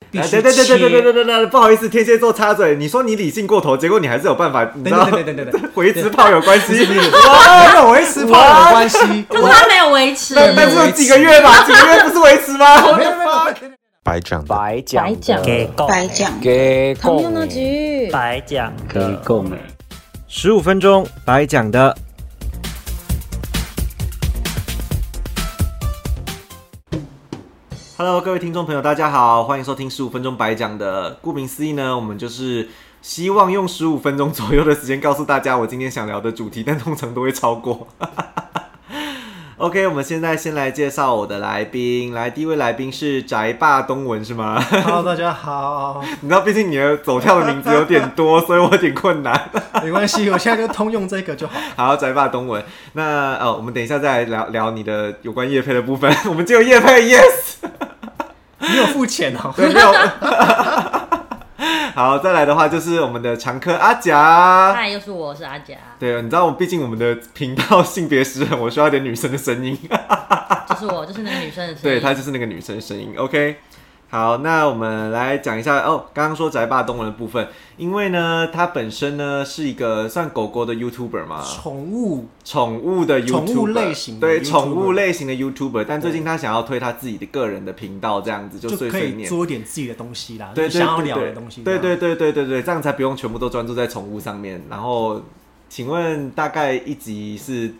必须哎对对对对对对对对对对，不好意思，天蝎座插嘴，你说你理性过头，结果你还是有办法，你知道对对对对对对回直炮有关系，哇，跟我会吃泡有啊关系。就是他没有维持。但但是有几个月吧，几个月不是维持吗？没有没有没有白讲的，白讲白讲给够白讲，给朋友那局，白讲给够没？十五分钟白讲的，Hello，各位听众朋友，大家好，欢迎收听十五分钟白讲的。顾名思义呢，我们就是希望用十五分钟左右的时间告诉大家我今天想聊的主题，但通常都会超过。OK，我们现在先来介绍我的来宾。来，第一位来宾是宅爸东文，是吗？ Hello，大家好，你知道，毕竟你的走跳的名字有点多，所以我有点困难。没关系，我现在就通用这个就好。 好，宅爸东文，那哦，我们等一下再来聊聊你的有关叶配的部分。 我们只有叶配，yes。你有付钱哦？ 对，没有。 好，再来的话就是我们的常客阿甲。嗨，又是我是阿佳， 对，你知道我，毕竟我们的频道性别失衡，我需要一点女生的声 音。就是我，就是那个女生的声音。对，她就是那个女生声音。OK，好，那我们来讲一下哦，刚刚说宅爸东文的部分，因为呢，他本身呢是一个算狗狗的 YouTuber 嘛，宠物宠物的 YouTuber，宠物类型的对 YouTuber 宠物类型的 YouTuber，但最近他想要推他自己的个人的频道，这样子就就碎可碎以念。做一点自己的东西啦，对你对想要对聊的对东西。对对对对对对，这样才不用全部都专注在宠物上面。然后，请问大概一集是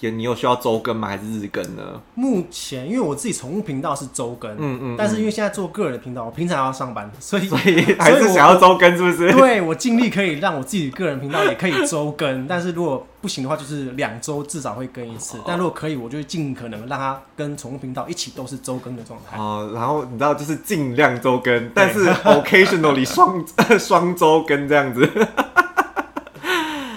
也你有需要周更吗？还是日更 呢？目前因为我自己宠物频道是周更，嗯嗯嗯但是因为现在做个人的频道，我平常还要上班，所 以所以还是想要周更，是不是？对我尽力可以让我自己个人频道也可以周更， 但是如果不行的话，就是两周至少会更一次。但如果可以，我就尽可能让它跟宠物频道一起都是周更的状态。哦，然后你知道，就是尽量周更，但是 occasionally 双 双周更这样子。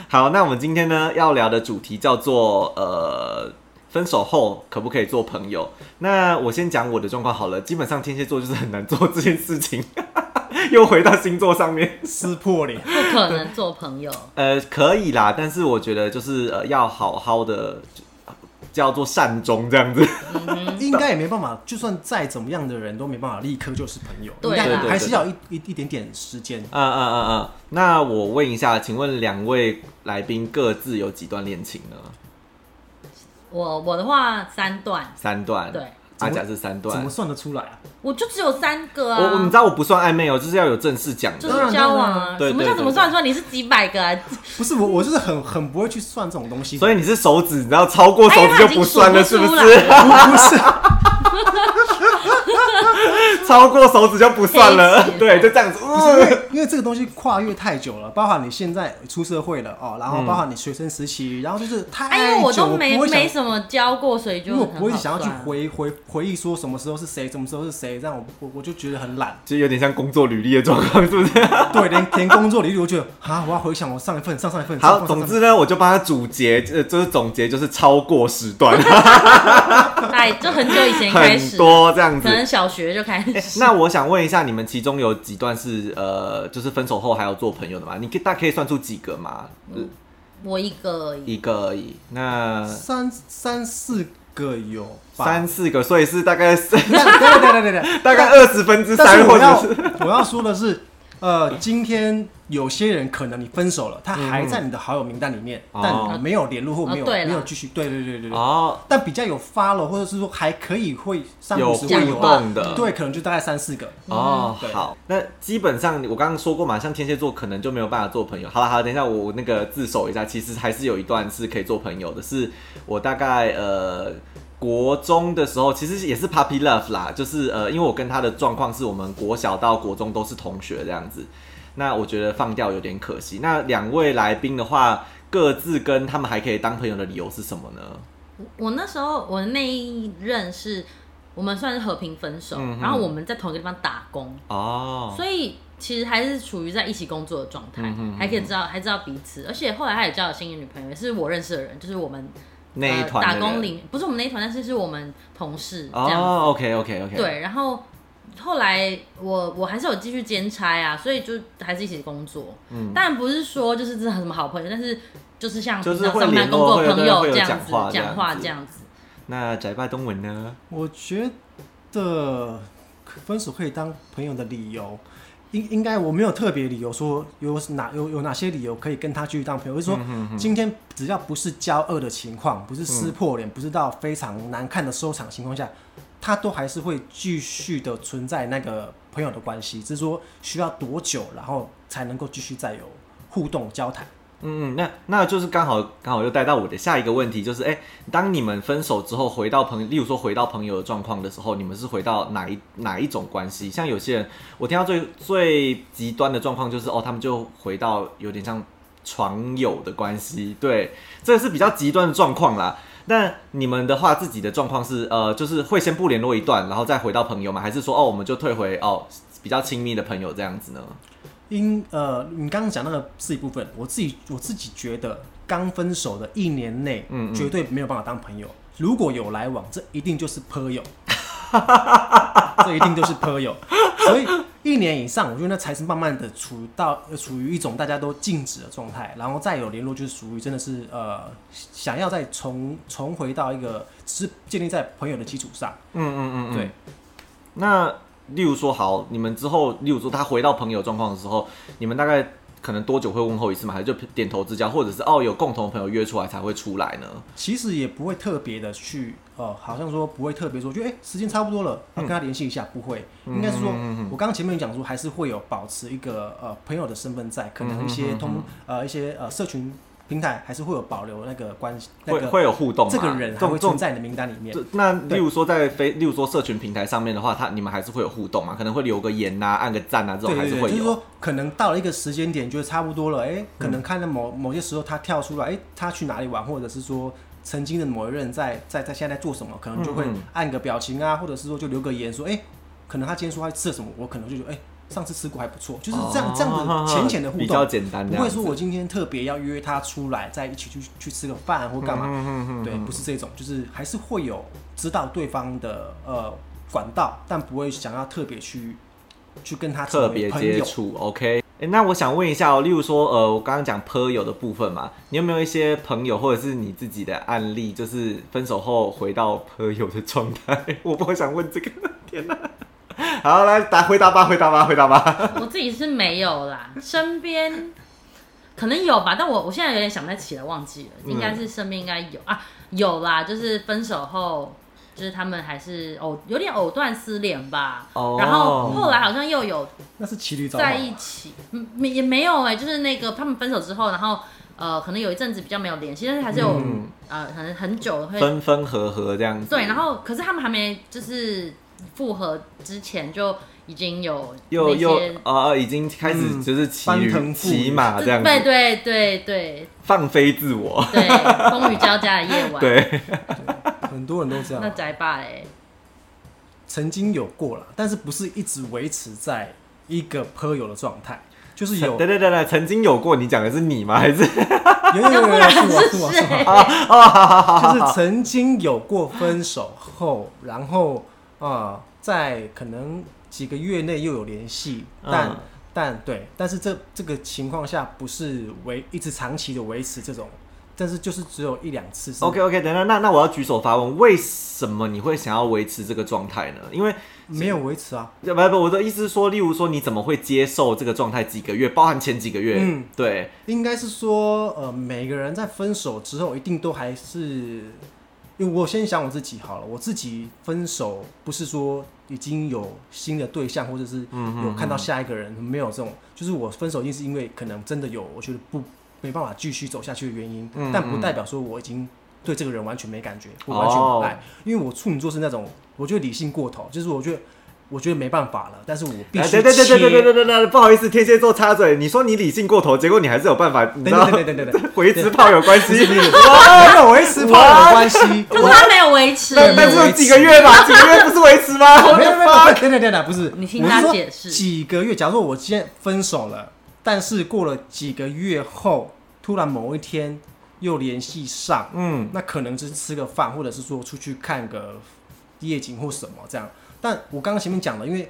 好，那我们今天呢要聊的主题叫做呃，分手后可不可以做朋友？那我先讲我的状况好了，基本上天蝎座就是很难做这件事情， 又回到星座上面。撕破脸，不可能做朋友。呃，可以啦，但是我觉得就是呃，要好好的叫做善终这样子。应该也没办法，就算再怎么样的人都没办法立刻就是朋友，对应啦该对对还是要一一一点点时间。嗯嗯嗯嗯，那我问一下，请问两位来宾各自有几段恋情呢？我我的话三段，三段，对，阿甲是三怎段么。算得出来啊？我就只有三个我我你啊知。道我不算暧昧哦，就是要有正式讲就的。是交往啊，对对对什么叫怎么算算？你是几百 个啊？不是我，我就是很很不会去算这种东西。所以你是手指，你知道超过手指就不算了，哎是他已经不数不出是？ 不是，超过手指就不算了黑，棋对，就这样子。不是因嗯为因为这个东西跨越太久了，包含你现在出社会了哦，然后嗯。包含你学生时期，然后就是太久，哎，因为我都没不会想没什么交过，所以因就为我很不会好想要去算啊回回回忆说什么时候是谁，什么时候是谁，这样我我我就觉得很懒就有点像工作履历的状况，是不 是？对，连填工作履历，我觉得啊，我要回想我上一份、上上一份。上好，上总上之呢，我就帮他总结，呃，就是总结，就是超过十段，哎，就很久以前开 很始，多这样子可。能小学就开 欸始。 那我想问一下，你们其中有几段是呃，就是分手后还要做朋友的吗？你可以大概可以算出几个吗？嗯我一个而已，一个而已，那三三四个有吧？三四个，所以是大概是。对对对对对对 大概二十分之但三，是或我要者是 我要说的是，呃，今天有些人可能你分手了，他还在你的好友名单里面，嗯哦但你没有联络或没有、哦对啦没有继续，对对对对对。哦，但比较有 follow 或者是说还可以会上有时互会有动的，对，可能就大概三四个。哦嗯，对好，那基本上我刚刚说过嘛，像天蝎座可能就没有办法做朋友。好了好了，等一下我那个自首一下，其实还是有一段是可以做朋友的，是我大概呃。国中的时候，其实也是 puppy love 啦，就是呃，因为我跟他的状况是我们国小到国中都是同学这样子，那我觉得放掉有点可惜。那两位来宾的话，各自跟他们还可以当朋友的理由是什么呢？我那时候我的那一任是我们算是和平分手，嗯哼然后我们在同一个地方打工，哦，所以其实还是处于在一起工作的状嗯态，哼嗯哼还可以知道还知道彼此，而且后来他也交了新的女朋友，也是我认识的人，就是我们那一团呃、的打工人领，不是我们那一团，但是是我们同事这样子。哦，OK OK OK，，对，然后后来我我还是有继续兼差啊，所以就还是一起工作。嗯，但不是说就是真的什么好朋友，但是就是像就是平常会上班联络工作会的有对朋会友有这样讲子话这样讲话子这样子。那宅爸东文呢？我觉得分手可以当朋友的理由，应应该我没有特别理由说有哪有有哪些理由可以跟他去当朋友，我是说今天只要不是交恶的情况，不是撕破脸，不是到非常难看的收场情况下，他都还是会继续的存在那个朋友的关系，只是说需要多久，然后才能够继续再有互动交谈。嗯嗯，那那就是刚好刚好又带到我的下一个问题，就是哎、当你们分手之后回到朋，例如说回到朋友的状况的时候，你们是回到哪一哪一种关系？像有些人，我听到最最极端的状况就是哦，他们就回到有点像床友的关系，对，这是比较极端的状况啦。那你们的话，自己的状况是呃，就是会先不联络一段，然后再回到朋友吗？还是说哦，我们就退回哦比较亲密的朋友这样子呢？因呃，你刚刚讲那个是一部分，我自己我自己觉得，刚分手的一年内，嗯绝对没有办法当朋友。如果有来往，这一定就是朋 友，这一定就是朋友。所以一年以上，我觉得那才是慢慢的处到呃处于一种大家都静止的状态，然后再有联络，就是属于真的是呃，想要再重重回到一个只是建立在朋友的基础上。嗯嗯嗯，对，那例如说，好，你们之后，例如说他回到朋友状况的时候，你们大概可能多久会问候一次嘛？还是就点头之交，或者是哦有共同朋友约出来才会出来呢？其实也不会特别的去，呃，好像说不会特别说，觉得哎、诶时间差不多了，嗯要跟他联系一下，不会，应该是说，我刚刚前面讲说，还是会有保持一个呃朋友的身份在，可能一嗯些通、呃一些呃社群平台还是会有保留那个关系，那会个会有互动吗？这个人还这会种存在你的名单里面这。那例对如说在非，例如说社群平台上面的话，他你们还是会有互动嘛？可能会留个言呐、按个赞啊呐，这对种还对是对，会就是有。嗯说，可能到了一个时间点，觉得差不多了，哎、可能看到某某些时候他跳出来，哎、他去哪里玩，或者是说曾经的某一个人在在在现在在做什么，可能就会嗯嗯按个表情啊，或者是说就留个言说，哎、可能他今天说他吃了什么，我可能就觉得，哎、上次吃过还不错，就是这样、哦这样子浅浅的互比较动，简单这不样会子，说我今天特别要约他出来，再一起去去吃个饭或干嘛，对，不是这种，就是还是会有知道对方的呃管道，但不会想要特别去去跟他成为特别朋接友触。OK，、诶那我想问一下哦，例如说，呃，我刚刚讲朋友的部分嘛，你有没有一些朋友或者是你自己的案例，就是分手后回到朋友的状态？ 我不会想问这个，天哪！ 好，来答回答吧，回答吧，回答吧。 我自己是没有啦，身边可能有吧，但我我现在有点想不太起来，忘记了，嗯应该是身边应该有啊，有啦，就是分手后。就是他们还是藕有点藕断丝连吧哦然后后来好像又有那是骑驴找马在一起，嗯，没也没有哎、就是那个他们分手之后，然后呃，可能有一阵子比较没有联系，但是还是有、嗯呃，可能很久会分分合合这样子，对，然后可是他们还没就是复合之前就已经有又那又些呃呃已经开始嗯就是骑翻驴腾父骑马啊这样对子，对对对放飞自我，对，风雨交加的夜晚，对， 很多人都这那样，宅爸哎，曾经有过了，但是不是一直维持在一个朋友的状态，就是有对对对对，曾经有过，你讲的是你吗？还是有有有有不有然啊是我是是我是我谁？就 是曾经有过分手后，然后啊、呃在可能几个月内又有联系，但、嗯但对，但是这这个情况下不是维一直长期的维持这种，但是就是只有一两次是 OK OK，等等，那那我要举手发问，为什么你会想要维持这个状态呢？因为呃没有维持啊，不不，我的意思是说，例如说，你怎么会接受这个状态几个月，包含前几个月？嗯，对，应该是说，呃，每个人在分手之后，一定都还是，因为我先想我自己好了，我自己分手不是说已经有新的对象，或者是嗯有看到下一个人，没有这种，就是我分手一定是因为可能真的有，我觉得不没办法继续走下去的原因，嗯但不代表说我已经对这个人完全没感觉，我完全哦不爱，因为我处女座是那种，我觉得理性过头，就是我觉得我觉得没办法了，但是我必须哎对对对对对切对对对对，不好意思，天蝎座插嘴，你说你理性过头，结果你还是有办法，你知等道等，等等等等， 维持炮友关系，没有维持朋友的关系，可是他没有维持，但但是有几个月吧，几个月不是维持吗？没有没有，没有等等等等，不是，你听我是他说解释几个月，假如说我今天分手了，但是过了几个月后，突然某一天又联系上，嗯，那可能就是吃个饭，或者是说出去看个夜景或什么这样。但我刚刚前面讲了，因为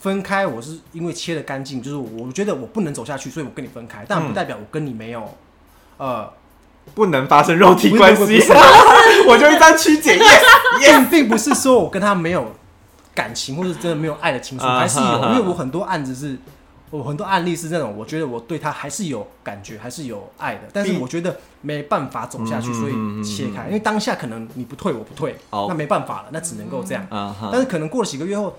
分开，我是因为切的干净，就是我觉得我不能走下去，所以我跟你分开，嗯但不代表我跟你没有，呃，不能发生肉体不是关不是系 不是，我就一张曲解，yes，yes 并并不是说我跟他没有感情或是真的没有爱的情愫，啊还是有。哈哈因为我很多案子是，我很多案例是那种，我觉得我对他还是有感觉，还是有爱的，但是我觉得没办法走下去，嗯所以切开。因为当下可能你不退，我不退，哦那没办法了，那只能够这样。啊哈，但是可能过了几个月后，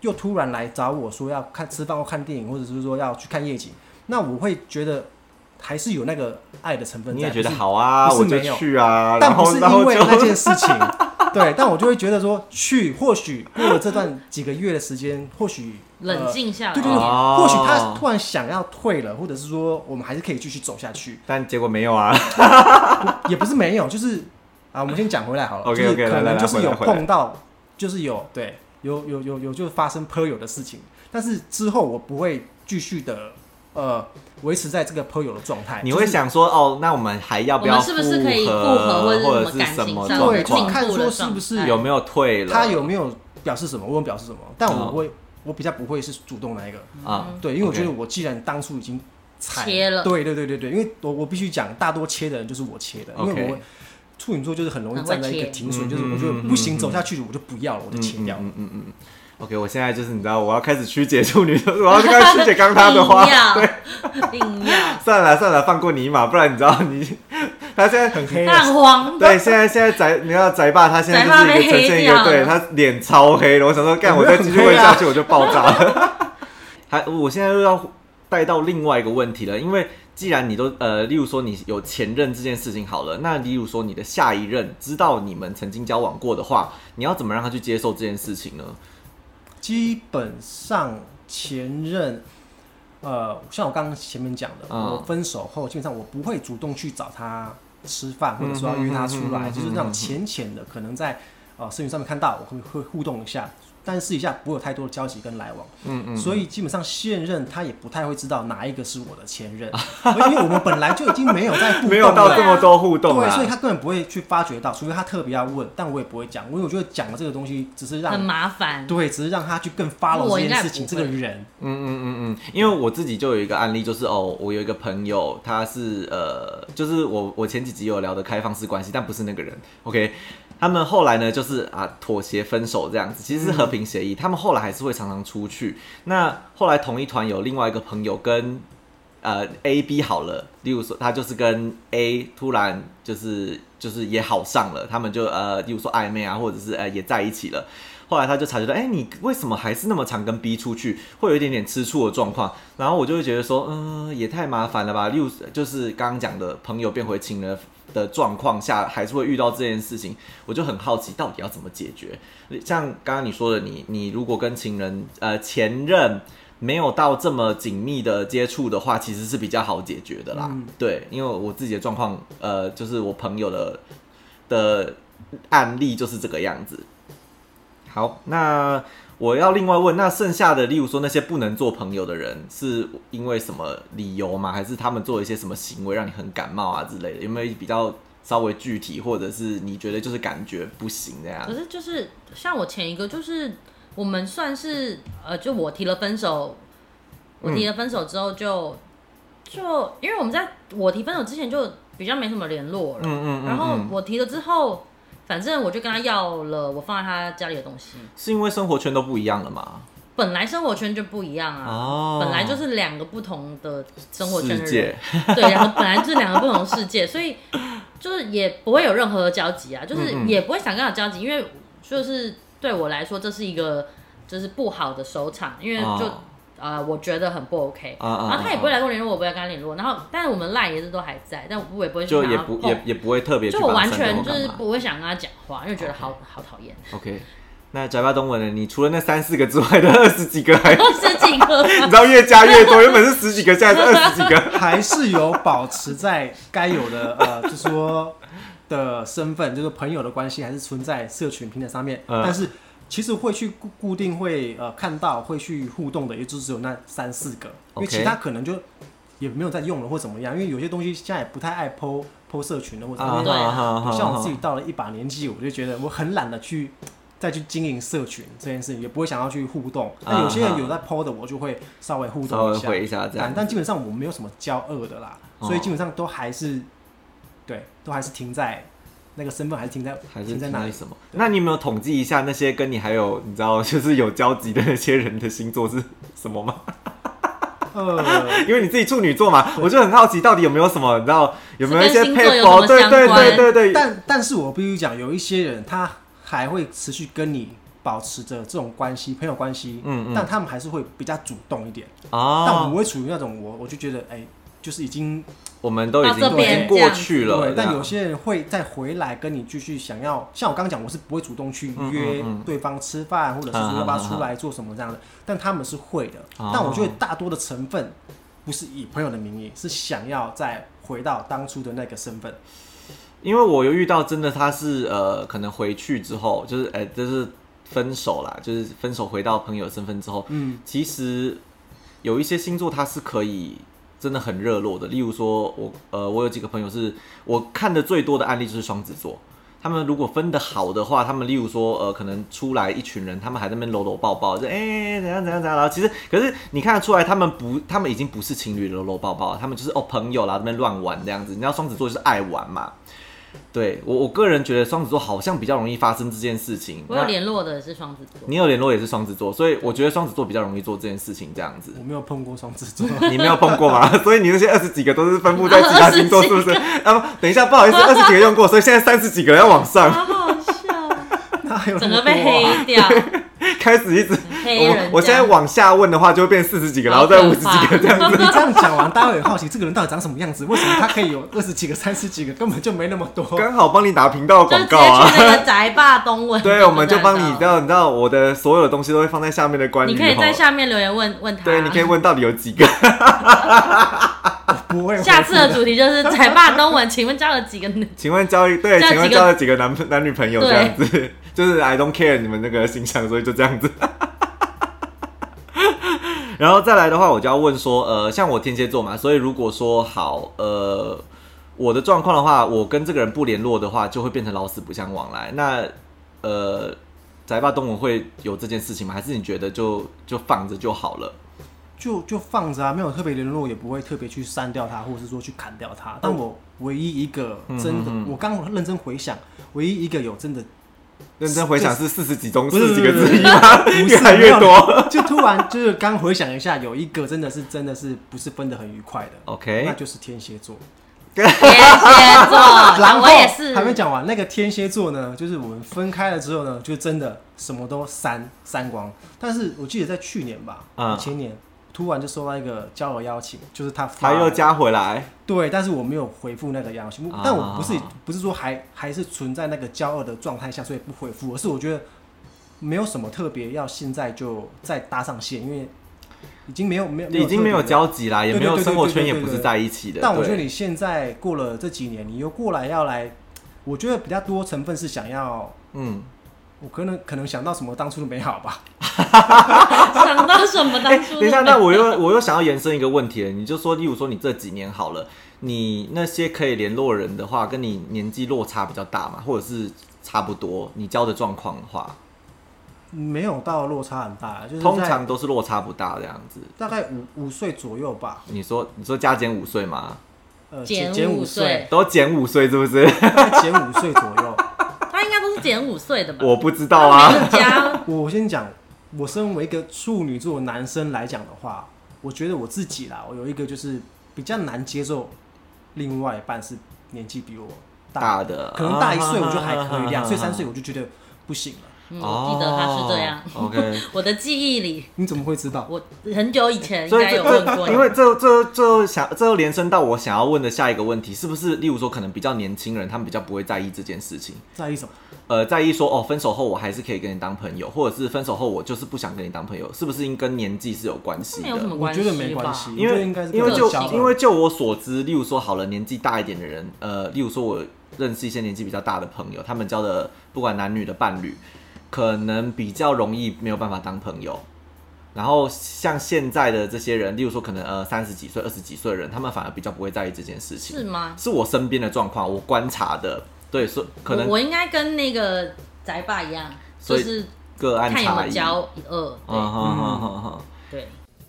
又突然来找我说要看吃饭或看电影，或者是说要去看夜景，那我会觉得还是有那个爱的成分在。你也觉不得是好啊，不是我就没有去啊，但然不后是然后因为就那件事情，对，但我就会觉得说，去或许过了这段几个月的时间，或许冷、静下呃来，对对对，哦或许他突然想要退了，或者是说我们还是可以继续走下去， 但结果没 有啊，也不是没有，就是啊，我们先讲回来好了就 OK，OK，是来可来能来就是有回来回来碰到，就是有对，有有有有就发生朋友的事情，但是之后我不会继续的呃维持在这个朋友的状态，你就会是想说哦，那我们还要不我要们是不是可以复复合或者是或我者们是感什情么上状对，就进况？看步的说是不状 是态有没有退了？他有没有表示什么？我有表示什么？但我哦不会，我比较不会是主动那一个。啊？嗯对，因为我 OK 觉得我既然当初已经踩切了对对对对对，因为我我必须讲，大多切的人就是我切的，因 OK 为我处女座就是很容易很会站在一个切停损，嗯就是我觉嗯得嗯不行嗯走下去了，我就不要了，我就切掉了。嗯嗯嗯嗯。OK，我现在就是你知道，我要开始曲解处女， 我要开始曲解 刚刚他的 话。对，硬要 算了算了，放过你一马，不然你知道你 他现在很黑啊了蛋 黄，对，现在现在宅，你要宅爸，他现在就是一个呈现一宅个，爸被黑对掉了他脸超黑的。我想说，干，我再继续我没有问很黑啊下去我就爆炸了。 还，我现在又要带到另外一个问题了，因为既然你都呃，例如说你有前任这件事情好了，那例如说你的下一任知道你们曾经交往过的话，你要怎么让他去接受这件事情呢？基本上前任，呃，像我刚刚前面讲的，嗯我分手后基本上我不会主动去找他吃饭，或者说要嗯约他嗯出来，嗯就是那种浅浅的，可能在呃社群上面看到，我会会互动一下，但私底下不会有太多的交集跟来往。嗯嗯，所以基本上现任他也不太会知道哪一个是我的前任，因为我们本来就已经没有在互动了，欸 没有到这么多互动对，啊所以。他根本不会去发觉到，除非他特别要问，但我也不会讲，因为我觉得讲了这个东西只是让很麻烦。对，只是让他去更 follow 我这应件该事情，不这会个人嗯嗯嗯嗯，因为我自己就有一个案例，就是哦，我有一个朋友，他是呃，就是我我前几集有聊的开放式关系，但不是那个人，OK。他们后来呢，就是啊妥协分手这样子，其实是和平协议。他们后来还是会常常出去。那后来同一团有另外一个朋友跟呃 A B 好了，例如说他就是跟 A 突然就是就是也好上了，他们就呃例如说暧昧啊，或者是呃也在一起了。后来他就察觉到，哎、你为什么还是那么常跟 B 出去，会有一点点吃醋的状况。然后我就会觉得说，嗯、也太麻烦了吧。例如就是刚刚讲的朋友变回情人的状况下，还是会遇到这件事情，我就很好奇到底要怎么解决。像刚刚你说的，你你如果跟情人呃前任没有到这么紧密的接触的话，其实是比较好解决的啦。对，因为我自己的状况，呃，就是我朋友的的案例就是这个样子。好，那我要另外问，那剩下的，例如说那些不能做朋友的人，是因为什么理由吗？还是他们做了一些什么行为让你很感冒啊之类的？有没有比较稍微具体，或者是你觉得就是感觉不行这样可？是就是像我前一个，就是我们算是呃，就我提了分手，我提嗯了分手之后就、就因为我们在我提分手之前就比较没什么联络了，嗯嗯嗯然后嗯我提了之后，反正我就跟他要了我放在他家里的东西，是因为生活圈都不一样了嘛？本来生活圈就不一样啊，哦本来就是两个不同的生活圈的世人界，， 对，然后本来就是两个不同的世界，所以就是也不会有任何的交集啊，就是嗯嗯也不会想跟他交集，因为就是对我来说这是一个就是不好的收场，因为就、哦呃我觉得很不 OK，、啊啊然后他啊也不会来跟我联络，我不会跟他联络，然后但是我们赖也是都还在，但我也不会去就想也要不碰也也不会特别去就我帮他哦完删掉全或就干是嘛不会想跟他讲话，因为觉得好好讨厌， OK。那宅爸东文呢？你除了那三四个之外的二十几个还，二十几个你知道越加越多，原本是十几个，现在是二十几个。还是有保持在该有的 呃，就说的身份，就是朋友的关系还是存在社群平台上面，嗯但是。其实会去固固定会呃看到会去互动的，也就只有那三四个，因为 OK 其他可能就也没有在用了或怎么样，因为有些东西现在也不太爱 PO PO 社群了或者对啊像我自己到了一把年纪，我就觉得我很懒得去再去经营社群这件事情，也不会想要去互动。但有些人有在 PO 的，我就会稍微互啊动稍微一下，回一下这样但。但基本上我没有什么骄傲的啦，哦所以基本上都还是对，都还是停在那个身份还是停在还是停在停那里。什么？那你有没有统计一下那些跟你还有你知道就是有交集的那些人的星座是什么吗？ 呃，因为你自己处女座嘛，我就很好奇到底有没有什么你知道有没有一些是跟星座配有偶？什么对相对关对对对，但但是我必须讲，有一些人他还会持续跟你保持着这种关系，朋友关系，嗯嗯但他们还是会比较主动一点。但我啊不，会处于那种我我就觉得哎、就是已经我们都已到经这已边经过去了，对，这但样有些人会再回来跟你继续想要，像我刚刚讲，我是不会主动去嗯约嗯啊对方吃饭，或者是嗯嗯说要不要嗯出来做什么这样的，但他们是会的。哦但我觉得大多的成分不是以朋友的名义，是想要再回到当初的那个身份。因为我有遇到真的他是呃，可能回去之后就是哎、就是分手啦，就是分手回到朋友身份之后，嗯，其实有一些星座它是可以真的很热络的，例如说我呃，我有几个朋友是我看的最多的案例就是双子座。他们如果分的好的话，他们例如说，呃，可能出来一群人，他们还在那边搂搂抱抱，就哎、怎样怎样怎样，然后其实可是你看得出来，他们不，他们已经不是情侣搂搂抱抱了，他们就是哦朋友啦，这边乱玩这样子。你知道双子座就是爱玩嘛，对我我个人觉得双子座好像比较容易发生这件事情。我有那联络的是双子座，你有联络也是双子座，所以我觉得双子座比较容易做这件事情，这样子我。没有碰过双子 座，你没有碰过吗？所以你那些二十几个都是分布在其他星 座，是不是？啊，不等一下，不好意思，二十几个用过，所以现在三十几个要往上，好好笑，那还有整那个么被多啊黑掉，开始一直。黑人哦我我家。现在往下问的话，就会变四十 几个，然后再五十几个这样。你这样讲完，大家会很好奇这个人到底长什么样子？为什么他可以有二十几个、三十几个，根本就没那么多？刚好帮你打频道就广直接告啊去。那个宅霸东 文，对，我们就帮你，知知道道，你知道我的所有的东西都会放在下面的关你于可以在哦。下面留言问问他，对，你可以问到底有几个。不会回复的，下次的主题就是宅霸东文，请问交了几个女？请问交对，交了请问几个交了几个男朋男女朋友这样子？就是 I don't care 你们那个形象，所以就这样子。然后再来的话，我就要问说，呃，像我天蝎座嘛，所以如果说好，呃，我的状况的话，我跟这个人不联络的话，就会变成老死不相往来。那呃，宅爸动物会有这件事情吗？还是你觉得就就放着就好了？就就放着啊，没有特别联络，也不会特别去删掉它，或者是说去砍掉它。但我唯一一个真的，哦嗯嗯嗯我刚认真回想，唯一一个有 真的认真回想是四十几中不四是十几个不是之一吗？不越是来越多。，没有就突然就是刚回想一下，有一个真的是真的是不是分得很愉快的 OK 那就是天蝎座。天蝎 座，然后啊我也是，还没讲完，那个天蝎座呢，就是我们分开了之后呢，就真的什么都删删光。但是我记得在去年吧，嗯前年突然就收到一个交友邀请，就是他发他又加回来，对，但是我没有回复那个邀请，啊但我不是不是说还还是存在那个骄傲的状态下，所以不回复，而是我觉得没有什么特别要现在就再搭上线，因为已经没有没有已经没有特别的。交集啦，也对没对有对生活对对圈，对也对不是对在一起的。但我对觉得你现在过了这几年，你又过来要来，我觉得比较多成分是想要，嗯，我可能可能想到什么当初的美好吧。想到什么 哎、当初？等一下，那我又我又想要延伸一个问题了，你就说，例如说你这几年好了，你那些可以联络人的话，跟你年纪落差比较大嘛，或者是差不多，你交的状况的话，没有到落差很大，就是通在常都是落差不大这样子。大概五五岁左右吧，你说你说加减五岁嘛，呃，减减减五五岁，岁，都减五岁是不是？ 大概减五岁左右。他应该都是减五岁的吧？我不知道啊。是 加我先讲，我身为一个处女座男生来讲的话，我觉得我自己啦，我有一个就是比较难接受，另外一半是年纪比我大，大的啊可能大一岁我就还可以，两岁三岁我我就觉得不行了。嗯我记得他是这样，哦 OK，我的记忆里，你怎么会知道？我很久以前应所以该这有问这，过因你。为这这这想这又延伸到我想要问的下一个问题，是不是例如说可能比较年轻人他们比较不会在意这件事情，在意什么？呃，在意说哦分手后我还是可以跟你当朋友，或者是分手后我就是不想跟你当朋友，是不是应跟年纪是有关系没有什么的？我关系觉吧？得没关系，我觉因为得应该是因为更就小的因为就我所知，例如说好了年纪大一点的人，呃，例如说我认识一些年纪比较大的朋友，他们交的不管男女的伴侣，可能比较容易没有办法当朋友。然后像现在的这些人，例如说可能呃三十几岁、二十几岁的人，他们反而比较不会在意这件事情。是吗？是我身边的状况，我观察的，对，所以可能我我应该跟那个宅爸一样，所就以是个案看有差没有异。交一二，嗯哼哼哼哼。对对。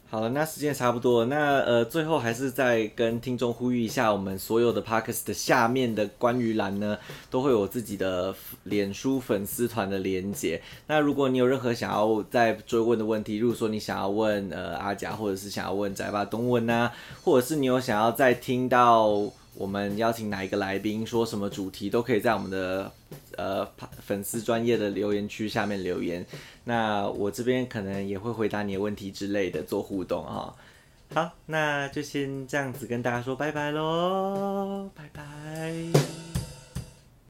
好了，那时间差不多了，那呃，最后还是再跟听众呼吁一下，我们所有的 p a r k e s 的下面的关于栏呢，都会有我自己的脸书粉丝团的连接。那如果你有任何想要再追问的问题，例如说你想要问呃阿甲，或者是想要问宅爸东问呐、或者是你有想要再听到我们邀请哪一个来宾说什么主题，都可以在我们的呃粉丝专业的留言区下面留言。那我这边可能也会回答你的问题之类的，做互动啊哈、好，那就先这样子跟大家说拜拜喽，拜拜。